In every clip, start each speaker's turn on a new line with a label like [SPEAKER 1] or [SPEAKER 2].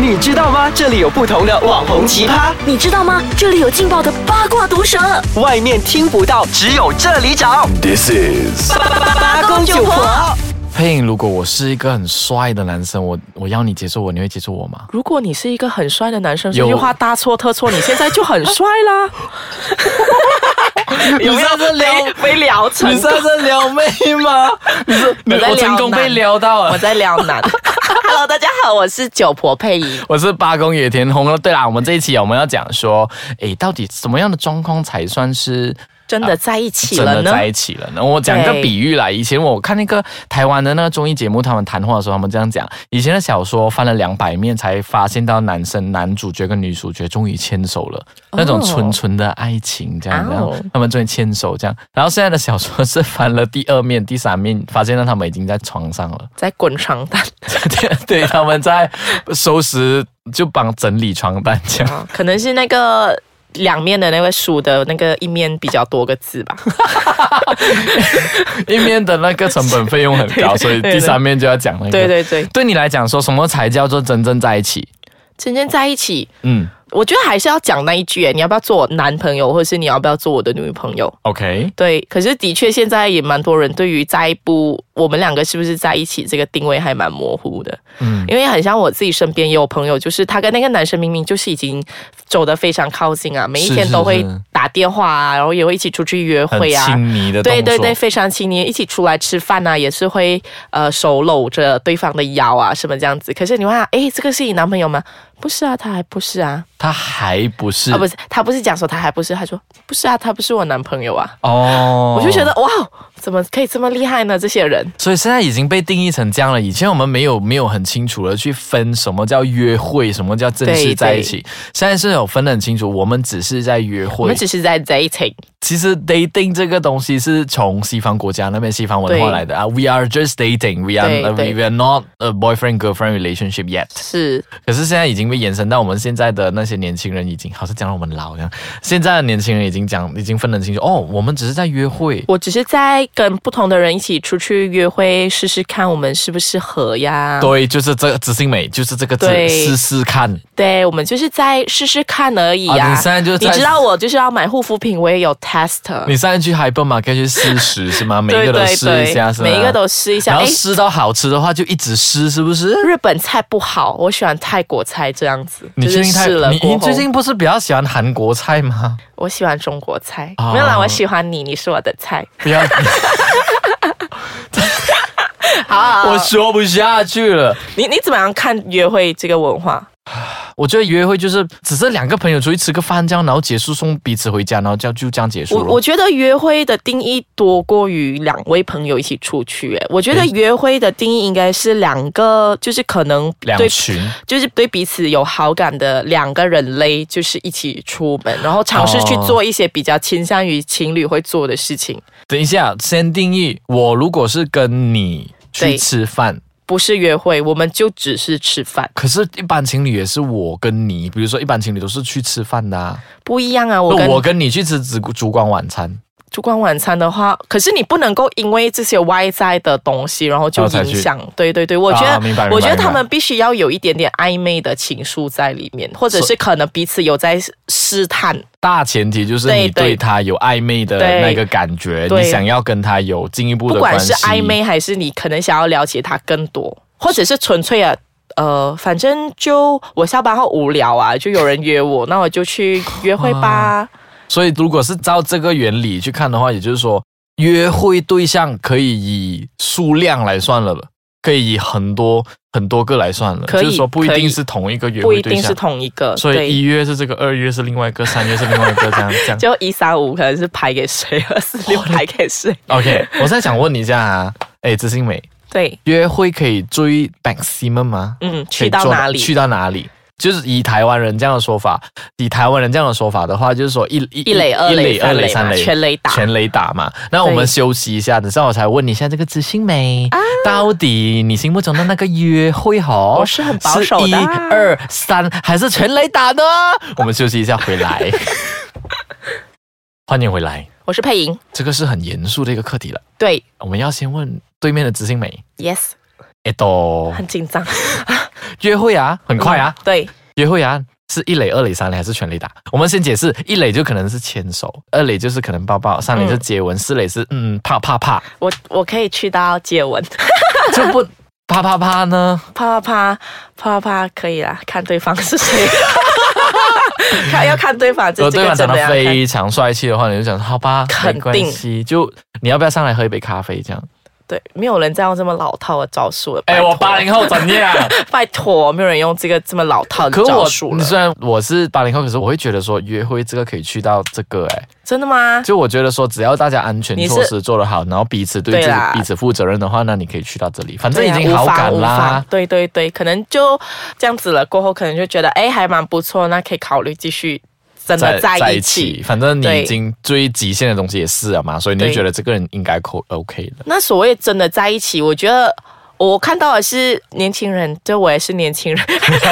[SPEAKER 1] 你知道吗？这里有不同的网红奇葩，
[SPEAKER 2] 你知道吗？这里有劲爆的八卦毒舌，
[SPEAKER 1] 外面听不到，只有这里找。
[SPEAKER 3] This is
[SPEAKER 1] 八公九婆，
[SPEAKER 4] 配音，如果我是一个很帅的男生，我我要你接受我，你会接受我吗？
[SPEAKER 5] 如果你是一个很帅的男生，这
[SPEAKER 4] 有
[SPEAKER 5] 句话大错特错，你现在就很 帅啦。
[SPEAKER 4] 你在这撩，
[SPEAKER 5] 被撩成
[SPEAKER 4] 你在这撩妹吗？你是你
[SPEAKER 5] 我在撩
[SPEAKER 4] 我成功被
[SPEAKER 5] 男
[SPEAKER 4] 撩到
[SPEAKER 5] 我
[SPEAKER 4] 了。
[SPEAKER 5] 在撩男。Hello，大家好，我是九婆配音。
[SPEAKER 4] 我是八公野田红了。对啦，我们这一期啊我们要讲说，诶，到底什么样的状况才算是
[SPEAKER 5] 真的在一起
[SPEAKER 4] 真
[SPEAKER 5] 了
[SPEAKER 4] 的
[SPEAKER 5] 呢？
[SPEAKER 4] 在一起了呢？我讲一个
[SPEAKER 5] 对
[SPEAKER 4] 比喻啦，以前我看那个台湾的那个综艺节目，他们谈话的时候，他们这样讲：以前的小说翻了两百面，才发现到男生男主角跟女主角终于牵手了，那种纯纯的爱情这样，然后
[SPEAKER 5] 哦
[SPEAKER 4] 他们终于牵手这样。然后现在的小说是翻了第二面、第三面，发现到他们已经在床上了。
[SPEAKER 5] 在滚床单
[SPEAKER 4] 对，他们在收拾，就帮整理床单这 样。
[SPEAKER 5] 啊，可能是那个两面的那位书的那个一面比较多个字 吧。
[SPEAKER 4] 一面的那个成本费用很高，所以
[SPEAKER 5] 对对
[SPEAKER 4] 第三面就要讲那个。
[SPEAKER 5] 对对对，
[SPEAKER 4] 对你来讲说，什么才叫做真正在一起？
[SPEAKER 5] 真正在一起，
[SPEAKER 4] 嗯
[SPEAKER 5] 我觉得还是要讲那一句，欸诶你要不要做我男朋友，或者是你要不要做我的女朋友？
[SPEAKER 4] ，OK，
[SPEAKER 5] 对，可是的确现在也蛮多人对于在不我们两个是不是在一起这个定位还蛮模糊的，
[SPEAKER 4] 嗯
[SPEAKER 5] 因为很像我自己身边也有朋友，就是他跟那个男生明明就是已经走得非常靠近啊，每一
[SPEAKER 4] 是
[SPEAKER 5] 天
[SPEAKER 4] 是
[SPEAKER 5] 都会
[SPEAKER 4] 是
[SPEAKER 5] 打电话啊，然后也会一起出去约
[SPEAKER 4] 很
[SPEAKER 5] 会啊，
[SPEAKER 4] 亲昵的动
[SPEAKER 5] 对
[SPEAKER 4] 作，
[SPEAKER 5] 对对，非常亲昵，一起出来吃饭啊，也是会呃手搂着对方的腰啊，什么这样子。可是你会想，哎，这个是你男朋友吗？不是啊，他还不是啊，
[SPEAKER 4] 他还不是
[SPEAKER 5] 啊不是，他不是讲说他还不是，他说不是啊，他不是我男朋友啊。
[SPEAKER 4] 哦，
[SPEAKER 5] 我就觉得，哇，怎么可以这么厉害呢？这些人
[SPEAKER 4] 所以现在已经被定义成这样了。以前我们没有没有很清楚的去分什么叫约会，什么叫正式
[SPEAKER 5] 对
[SPEAKER 4] 在一起。现在是有分得很清楚，我们只是在约
[SPEAKER 5] 我
[SPEAKER 4] 会
[SPEAKER 5] 们。只是在在一起，
[SPEAKER 4] 其实 dating 这个东西是从西方国家那边西方文化
[SPEAKER 5] 对
[SPEAKER 4] 来的啊。We are just dating, we are
[SPEAKER 5] 对
[SPEAKER 4] we
[SPEAKER 5] 对
[SPEAKER 4] we are not a boyfriend girlfriend relationship yet。
[SPEAKER 5] 是
[SPEAKER 4] 可是现在已经被延伸到我们现在的那些年轻人，已经好像讲到我们老一样。现在的年轻人已经讲，已经分得很清楚哦，我们只是在约会。
[SPEAKER 5] 我只是在跟不同的人一起出去约会，试试看我们适不适合呀。
[SPEAKER 4] 对，就是这个知性美，就是这个字，
[SPEAKER 5] 对
[SPEAKER 4] 试试看。
[SPEAKER 5] 对，我们就是在试试看而已
[SPEAKER 4] 啊
[SPEAKER 5] 呀。
[SPEAKER 4] 你现在就在
[SPEAKER 5] 你知道我就是要买护肤品，我也有 tester，
[SPEAKER 4] 你上去 hypermarket 去试食是吗？每一
[SPEAKER 5] 对
[SPEAKER 4] 个都
[SPEAKER 5] 对
[SPEAKER 4] 试一
[SPEAKER 5] 对
[SPEAKER 4] 下是吗？
[SPEAKER 5] 每一个都试一下。
[SPEAKER 4] 然后
[SPEAKER 5] 哎，嗯
[SPEAKER 4] 试到好吃的话就一直试，是不是？
[SPEAKER 5] 日本菜不好，我喜欢泰国菜这样子，
[SPEAKER 4] 你
[SPEAKER 5] 就
[SPEAKER 4] 最
[SPEAKER 5] 是
[SPEAKER 4] 近太
[SPEAKER 5] 试了
[SPEAKER 4] 你
[SPEAKER 5] 过
[SPEAKER 4] 你
[SPEAKER 5] 后
[SPEAKER 4] 最，近不是比较喜欢韩国菜吗？
[SPEAKER 5] 我喜欢中国菜
[SPEAKER 4] 哦。
[SPEAKER 5] 没有啦，我喜欢你，你是我的菜。
[SPEAKER 4] 不要，
[SPEAKER 5] 啊好好，好
[SPEAKER 4] 我说不下去了。
[SPEAKER 5] 你你怎么样看约会这个文化？
[SPEAKER 4] 我觉得约会就是只是两个朋友出去吃个饭这样，然后结束送彼此回家，然后就就这样结束
[SPEAKER 5] 我
[SPEAKER 4] 了。
[SPEAKER 5] 我觉得约会的定义多过于两位朋友一起出去、诶，我觉得
[SPEAKER 4] 诶
[SPEAKER 5] 约会的定义应该是两个，就是可能
[SPEAKER 4] 两
[SPEAKER 5] 对，
[SPEAKER 4] 群
[SPEAKER 5] 就是对彼此有好感的两个人类，就是一起出门，然后尝试去
[SPEAKER 4] 哦
[SPEAKER 5] 做一些比较倾向于情侣会做的事情，
[SPEAKER 4] 等一下，先定义我如果是跟你去
[SPEAKER 5] 对
[SPEAKER 4] 吃饭，
[SPEAKER 5] 不是约会，我们就只是吃饭，
[SPEAKER 4] 可是一般情侣也是我跟你，比如说一般情侣都是去吃饭的、啊，
[SPEAKER 5] 不一样啊。我
[SPEAKER 4] 那
[SPEAKER 5] 跟
[SPEAKER 4] 我跟你去吃烛烛光晚餐，
[SPEAKER 5] 烛光晚餐的话，可是你不能够因为这些外在的东西，然后就
[SPEAKER 4] 然后才去
[SPEAKER 5] 影响。对对对，我觉得，
[SPEAKER 4] 啊明白明白
[SPEAKER 5] 我觉得他
[SPEAKER 4] 明
[SPEAKER 5] 们必须要有一点点暧昧的情愫在里面，或者
[SPEAKER 4] 所
[SPEAKER 5] 是可能彼此有在试探。
[SPEAKER 4] 大前提就是
[SPEAKER 5] 对
[SPEAKER 4] 你对
[SPEAKER 5] 对
[SPEAKER 4] 他有暧昧的
[SPEAKER 5] 对
[SPEAKER 4] 那个感觉，
[SPEAKER 5] 对
[SPEAKER 4] 你想要跟他有进一步
[SPEAKER 5] 不
[SPEAKER 4] 的
[SPEAKER 5] 管
[SPEAKER 4] 关系。
[SPEAKER 5] 是暧昧还是你可能想要了解他更多，或者是纯粹啊，呃，反正就我下班后无聊啊，就有人约我，那我就去约会吧。
[SPEAKER 4] 啊所以如果是照这个原理去看的话，也就是说，约会对象可以以数量来算了了，可以以很多很多个来算了，
[SPEAKER 5] 可以
[SPEAKER 4] 就是说不一
[SPEAKER 5] 可
[SPEAKER 4] 定
[SPEAKER 5] 以
[SPEAKER 4] 是同一个约
[SPEAKER 5] 不
[SPEAKER 4] 会
[SPEAKER 5] 一
[SPEAKER 4] 对
[SPEAKER 5] 定
[SPEAKER 4] 象
[SPEAKER 5] 是。同一个，
[SPEAKER 4] 所
[SPEAKER 5] 对
[SPEAKER 4] 以一月是这个，二月是另外一个，三月是另外一个，这样这样。
[SPEAKER 5] 就一三五可能是排给谁，二四
[SPEAKER 4] 哦
[SPEAKER 5] 六排给谁，
[SPEAKER 4] OK，我在想问你一下啊，哎，知心美，
[SPEAKER 5] 对。
[SPEAKER 4] 约会可以追 maximum 吗？
[SPEAKER 5] 嗯，
[SPEAKER 4] 可以
[SPEAKER 5] 去到
[SPEAKER 4] 做
[SPEAKER 5] 哪里？
[SPEAKER 4] 去到哪里？就是以台湾人这样的说法，以台湾人这样的说法的话，就是说一一
[SPEAKER 5] 一垒、二
[SPEAKER 4] 一
[SPEAKER 5] 垒、
[SPEAKER 4] 二垒、三
[SPEAKER 5] 嘛
[SPEAKER 4] 垒、
[SPEAKER 5] 全垒打。
[SPEAKER 4] 全雷打嘛。那我们休息一下，等下我才问你一下这个知性美，
[SPEAKER 5] 啊
[SPEAKER 4] 到底你心目中的那个约会吼，
[SPEAKER 5] 我是很保守的啊
[SPEAKER 4] 是一二三还是全雷打呢？我们休息一下回来， 欢迎回来。
[SPEAKER 5] 我是配音，
[SPEAKER 4] 这个是很严肃的一个课题了，
[SPEAKER 5] 对
[SPEAKER 4] 我们要先问对面的知性美，
[SPEAKER 5] ，yes，
[SPEAKER 4] 哎都
[SPEAKER 5] 很嗯紧张。
[SPEAKER 4] 约会啊，很快啊，
[SPEAKER 5] 对，
[SPEAKER 4] 约会啊。是一垒、二垒、三垒还是全垒打？我们先解释，一垒就可能是牵手，二垒就是可能抱抱，三垒是接吻，四垒是嗯啪啪啪，
[SPEAKER 5] 我我可以去到接吻，
[SPEAKER 4] 就不啪啪啪呢？
[SPEAKER 5] 啪啪啪啪啪啪，可以啦，看对方是谁， 看要看对方，这
[SPEAKER 4] 如果
[SPEAKER 5] 这
[SPEAKER 4] 呃哦对
[SPEAKER 5] 个
[SPEAKER 4] 方
[SPEAKER 5] 真
[SPEAKER 4] 长得
[SPEAKER 5] 的要看。
[SPEAKER 4] 非常帅气的话，你就想好吧，
[SPEAKER 5] 肯定
[SPEAKER 4] 没关系。就你要不要上来喝一杯咖啡？这样。
[SPEAKER 5] 对，没有人再用这么老套的招数了。
[SPEAKER 4] 哎，我
[SPEAKER 5] 拜托
[SPEAKER 4] 八零后怎样？
[SPEAKER 5] 拜托，没有人用这个这么老套的
[SPEAKER 4] 可
[SPEAKER 5] 招
[SPEAKER 4] 我
[SPEAKER 5] 数了。
[SPEAKER 4] 虽然我是八零后，可是我会觉得说约会这个可以去到这个哎、
[SPEAKER 5] 真的吗？
[SPEAKER 4] 就我觉得说只要大家安全
[SPEAKER 5] 你是
[SPEAKER 4] 措施做得好，然后彼此对
[SPEAKER 5] 对
[SPEAKER 4] 自己
[SPEAKER 5] 啦
[SPEAKER 4] 彼此负责任的话，那你可以去到这里，反正
[SPEAKER 5] 对
[SPEAKER 4] 已
[SPEAKER 5] 啊
[SPEAKER 4] 经好感
[SPEAKER 5] 无妨无
[SPEAKER 4] 啦
[SPEAKER 5] 妨。对对对，可能就这样子了。过后可能就觉得，哎，还蛮不错，那可以考虑继续真的在
[SPEAKER 4] 在
[SPEAKER 5] 一
[SPEAKER 4] 一
[SPEAKER 5] 起
[SPEAKER 4] 起，。反正你
[SPEAKER 5] 对
[SPEAKER 4] 已经最极限的东西也是了嘛，所以你就
[SPEAKER 5] 对
[SPEAKER 4] 觉得这个人应该可 OK 的。
[SPEAKER 5] 那所谓真的在一起，我觉得我看到的是年轻人，对我也是年轻人。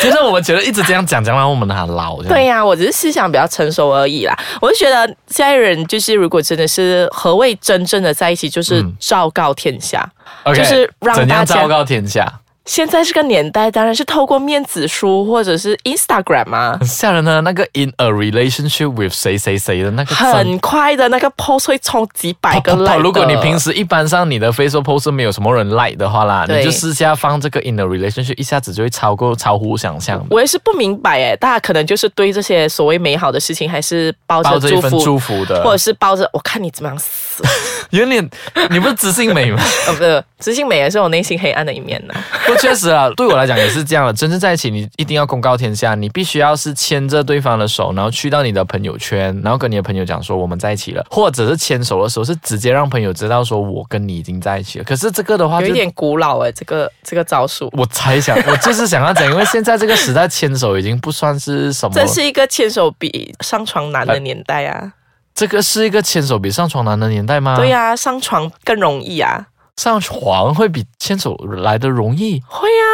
[SPEAKER 4] 其实我们觉得一直这样讲，讲完我们很老。这样
[SPEAKER 5] 对呀、我只是思想比较成熟而已啦。我就觉得现在人就是，如果真的是何谓真正的在一起，就是
[SPEAKER 4] 嗯
[SPEAKER 5] 昭告天下。
[SPEAKER 4] OK，
[SPEAKER 5] 就是让
[SPEAKER 4] 怎样
[SPEAKER 5] 大家
[SPEAKER 4] 昭告天下，
[SPEAKER 5] 现在这个年代，当然是透过面子书或者是 Instagram 啊。
[SPEAKER 4] 很吓人的那个 in a relationship with 谁谁谁的那个
[SPEAKER 5] 很快的那个 post 会冲几百个 like 的。
[SPEAKER 4] 如果你平时一般上你的 Facebook post 没有什么人 like 的话啦，
[SPEAKER 5] 对
[SPEAKER 4] 你就私下放这个 in a relationship，一下子就会超过超乎想象的，
[SPEAKER 5] 我也是不明白哎，大家可能就是对这些所谓美好的事情，还是抱
[SPEAKER 4] 抱
[SPEAKER 5] 着
[SPEAKER 4] 着一
[SPEAKER 5] 祝
[SPEAKER 4] 份
[SPEAKER 5] 福，
[SPEAKER 4] 祝福的
[SPEAKER 5] 或，者是抱着我看你怎么样死。
[SPEAKER 4] 有点你不是知性美吗？
[SPEAKER 5] 呃，不是，知性美也是我内心黑暗的一面呢。
[SPEAKER 4] 不，确实啊，对我来讲也是这样的。真正在一起，你一定要公告天下，你必须要是牵着对方的手，然后去到你的朋友圈，然后跟你的朋友讲说我们在一起了，或者是牵手的时候是直接让朋友知道说我跟你已经在一起了。可是哦这个的话
[SPEAKER 5] 有
[SPEAKER 4] 啊就
[SPEAKER 5] 一。点古老哎，这个这个招数。
[SPEAKER 4] 我猜想，我就是想要讲，因为现在这个时代牵手已经不算是什么，
[SPEAKER 5] 这是一个牵手比上床难
[SPEAKER 4] 哎
[SPEAKER 5] 的年代啊！
[SPEAKER 4] 这个是一个牵手比上床难的年代吗？
[SPEAKER 5] 对、呀、上床更容易啊！
[SPEAKER 4] 上床会比牵手来的容易
[SPEAKER 5] 会啊，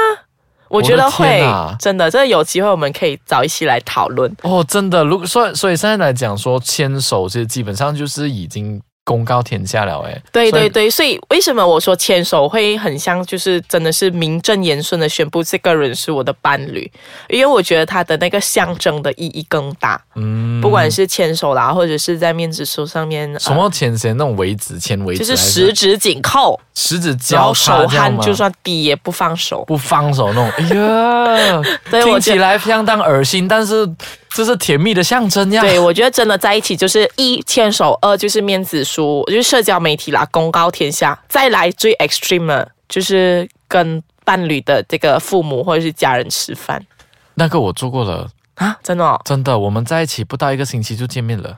[SPEAKER 5] 我
[SPEAKER 4] 我
[SPEAKER 5] 觉
[SPEAKER 4] 的
[SPEAKER 5] 得会
[SPEAKER 4] 天，啊
[SPEAKER 5] 真的，这有机会我们可以早一起来讨论。
[SPEAKER 4] 哦，真的。如果所以所以现在来讲说牵手，其实基本上就是已经公告天下了，哎，
[SPEAKER 5] 对
[SPEAKER 4] 所以
[SPEAKER 5] 对对，所以为什么我说牵手会很像，就是真的是名正言顺的宣布这个人是我的伴侣，因为我觉得它的那个象征的意义更大，
[SPEAKER 4] 嗯
[SPEAKER 5] 不管是牵手啦，或者是在面子书上面，呃
[SPEAKER 4] 什么牵线那种围子牵围子，
[SPEAKER 5] 就是
[SPEAKER 4] 还
[SPEAKER 5] 十指紧扣，
[SPEAKER 4] 十指
[SPEAKER 5] 然
[SPEAKER 4] 交
[SPEAKER 5] 后
[SPEAKER 4] 叉
[SPEAKER 5] 手
[SPEAKER 4] 这样
[SPEAKER 5] 汗
[SPEAKER 4] 吗
[SPEAKER 5] 就算滴也不放手。
[SPEAKER 4] 不放手那种，哎呀，
[SPEAKER 5] 对我
[SPEAKER 4] 听
[SPEAKER 5] 觉
[SPEAKER 4] 起
[SPEAKER 5] 得
[SPEAKER 4] 来相当恶心，但是 这是甜蜜的象征呀。
[SPEAKER 5] 对，我觉得真的在一起就是一牵手，二就是面子书，就是社交媒体啦，公告天下。再来最 extreme 的就是跟伴侣的这个父母或者是家人吃饭
[SPEAKER 4] 那个我做过了，
[SPEAKER 5] 啊，真的、哦。
[SPEAKER 4] 真的，我们在一起不到一个星期就见面 了，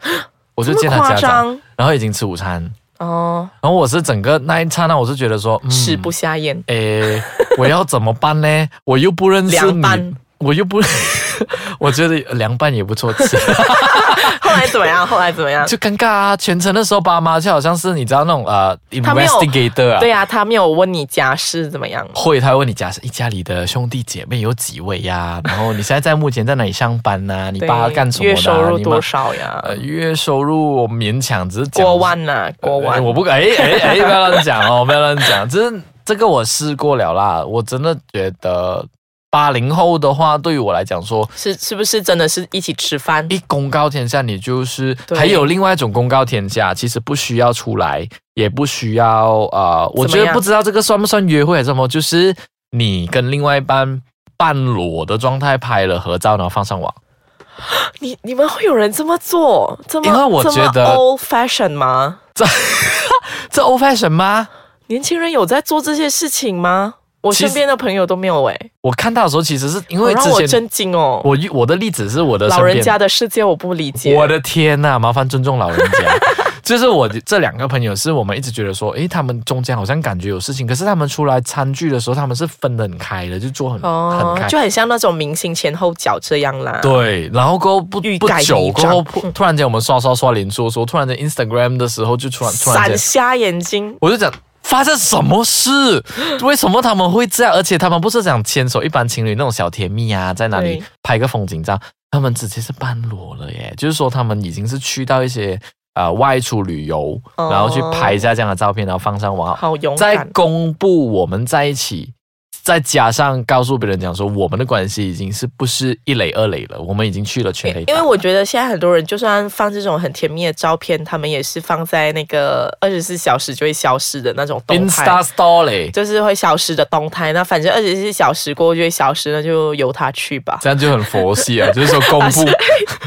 [SPEAKER 4] 我就
[SPEAKER 5] 这
[SPEAKER 4] 见
[SPEAKER 5] 么
[SPEAKER 4] 他
[SPEAKER 5] 夸
[SPEAKER 4] 家长，
[SPEAKER 5] 张
[SPEAKER 4] 然后已经吃午餐，
[SPEAKER 5] 哦，
[SPEAKER 4] 然后我是整个那一刹那，我是觉得说，嗯，
[SPEAKER 5] 食不下咽。
[SPEAKER 4] 诶，我要怎么办呢？我又不认识
[SPEAKER 5] 凉
[SPEAKER 4] 你
[SPEAKER 5] 拌，
[SPEAKER 4] 我又不， 我觉得凉拌也不错吃，
[SPEAKER 5] 后来怎么样？后来怎 么样？
[SPEAKER 4] 就尴尬啊。全程的时候，爸妈就好像是你知道那种呃
[SPEAKER 5] 他没有
[SPEAKER 4] ，investigator 啊，
[SPEAKER 5] 对啊，他没有问你家世怎么样。
[SPEAKER 4] 会，他会问你家一家里的兄弟姐妹有几位 呀、然后你现在在目前在哪里上班呐、你
[SPEAKER 5] 对
[SPEAKER 4] 爸干什么的、啊？
[SPEAKER 5] 月收入
[SPEAKER 4] 你妈
[SPEAKER 5] 多？少呀？
[SPEAKER 4] 呃，月收入我勉强只是讲
[SPEAKER 5] 过万呐，过
[SPEAKER 4] 哎
[SPEAKER 5] 万。
[SPEAKER 4] 我不敢，哎哎哎，不要乱讲哦，不要乱讲，这这个我试过了啦，我真的觉得八零后的话，对于我来讲说。
[SPEAKER 5] 是是不是真的是一起吃饭？
[SPEAKER 4] 一公告天下，你就是
[SPEAKER 5] 对
[SPEAKER 4] 还有另外一种公告天下，其实不需要出来，也不需要呃，我觉
[SPEAKER 5] 怎
[SPEAKER 4] 得
[SPEAKER 5] 么样
[SPEAKER 4] 不知道这个算不算约会还是什么，就是你跟另外一半半裸的状态拍了合照，然后放上网。
[SPEAKER 5] 你你们会有人这么做？这么
[SPEAKER 4] 因为我
[SPEAKER 5] 这么
[SPEAKER 4] 觉得
[SPEAKER 5] old fashion 吗？
[SPEAKER 4] 这 old fashion 吗？
[SPEAKER 5] 年轻人有在做这些事情吗？我
[SPEAKER 4] 其实
[SPEAKER 5] 身边的朋友都没有哎、
[SPEAKER 4] 我看到的时候，其实是因为
[SPEAKER 5] 让我
[SPEAKER 4] 之前
[SPEAKER 5] 震惊哦。
[SPEAKER 4] 我我的例子是我的身
[SPEAKER 5] 老
[SPEAKER 4] 边
[SPEAKER 5] 人家的世界我不理解。
[SPEAKER 4] 我的天呐、麻烦尊重老人家。 就是我这两个朋友，是我们一直觉得说，诶，他们中间好像感觉有事情，可是他们出来餐具的时候，他们是分得很开的，就做很、
[SPEAKER 5] 哦
[SPEAKER 4] 很，开
[SPEAKER 5] 就。很像那种明星前后脚这样啦。
[SPEAKER 4] 对，然后过后不
[SPEAKER 5] 啊欲
[SPEAKER 4] 不
[SPEAKER 5] 盖弥
[SPEAKER 4] 久过
[SPEAKER 5] 彰
[SPEAKER 4] 后，突突然间我们刷刷刷脸书的时候，突然间 Instagram 的时候，就突然突然
[SPEAKER 5] 闪
[SPEAKER 4] 间，
[SPEAKER 5] 瞎眼睛，
[SPEAKER 4] 我就讲发生什么事？为什么他们会这样？而且他们不是讲牵手，一般情侣那种小甜蜜啊，在哪里
[SPEAKER 5] 对
[SPEAKER 4] 拍个风景照，他们直接是半裸了耶！就是说他们已经是去到一些呃外出旅游，
[SPEAKER 5] 哦
[SPEAKER 4] 然后去拍一下这样的照片，然后放上网，
[SPEAKER 5] 好勇
[SPEAKER 4] 再
[SPEAKER 5] 敢。
[SPEAKER 4] 公布我们在一起，再加上告诉别人讲说我们的关系已经是不是一垒二垒了，我们已经去了全垒
[SPEAKER 5] 因
[SPEAKER 4] 打。
[SPEAKER 5] 为我觉得现在很多人就算放这种很甜蜜的照片，他们也是放在那个二十四小时就会消失的那种动态。
[SPEAKER 4] Insta Story，
[SPEAKER 5] 就是会消失的动态。那反正二十四小时过后就会消失，那就由它去吧。
[SPEAKER 4] 这样就很佛系啊，就是说公 布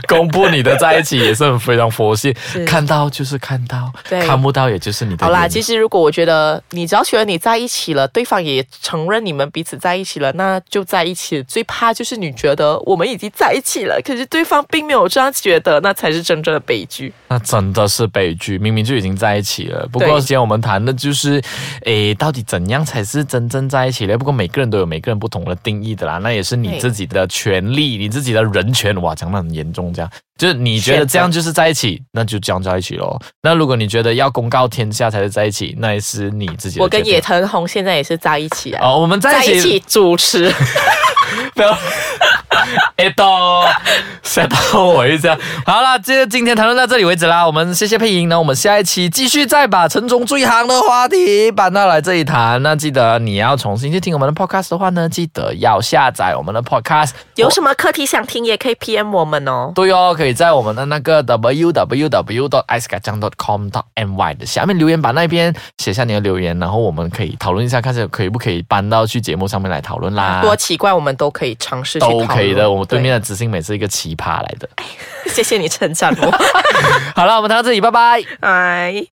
[SPEAKER 4] 公布你的在一起也是很非常佛系，看到就是看到，
[SPEAKER 5] 对
[SPEAKER 4] 看不到也就是你的
[SPEAKER 5] 好
[SPEAKER 4] 缘。
[SPEAKER 5] 啦，其实如果我觉得你只要觉得你在一起了，对方也承认你们彼此在一起了，那就在一起。最怕就是你觉得我们已经在一起了，可是对方并没有这样觉得，那才是真正的悲剧。
[SPEAKER 4] 那真的是悲剧，明明就已经在一起了。不过
[SPEAKER 5] 对
[SPEAKER 4] 今天我们谈的就是，诶，到底怎样才是真正在一起嘞？不过每个人都有每个人不同的定义的啦，那也是你
[SPEAKER 5] 对
[SPEAKER 4] 自己的权利，你自己的人权。哇，讲的很严重，这样就是你觉得这样就是在一起，那就这样在一起咯。那如果你觉得要公告天下才是在一起，那也是你自己的
[SPEAKER 5] 我跟
[SPEAKER 4] 决定
[SPEAKER 5] 野藤红现在也是在一起啊，
[SPEAKER 4] 哦，我们在
[SPEAKER 5] 在
[SPEAKER 4] 一起，
[SPEAKER 5] 一起主持。
[SPEAKER 4] 不要。 哎，到吓到我一下。好了，这今天谈论到这里为止啦。我们谢谢配音，那我们下一期继续再把城中最行的话题搬到来这里谈。那记得你要重新去听我们的 podcast 的话呢，记得要下载我们的 podcast。
[SPEAKER 5] 有什么课题想听也可以 PM 我们哦。
[SPEAKER 4] 对哦，可以在我们的那个 w w w dot i c e g a j a n g dot com dot m y 的下面留言板那边写下你的留言，然后我们可以讨论一下，看是可以不可以搬到去节目上面来讨论啦。
[SPEAKER 5] 多奇怪，我们都可以尝试去
[SPEAKER 4] 啊都可以的，
[SPEAKER 5] 讨论
[SPEAKER 4] 我们对面的执行美是一个奇葩来的。
[SPEAKER 5] 对谢谢你称赞我，
[SPEAKER 4] 好了，我们谈到这里，拜拜。
[SPEAKER 5] 哎。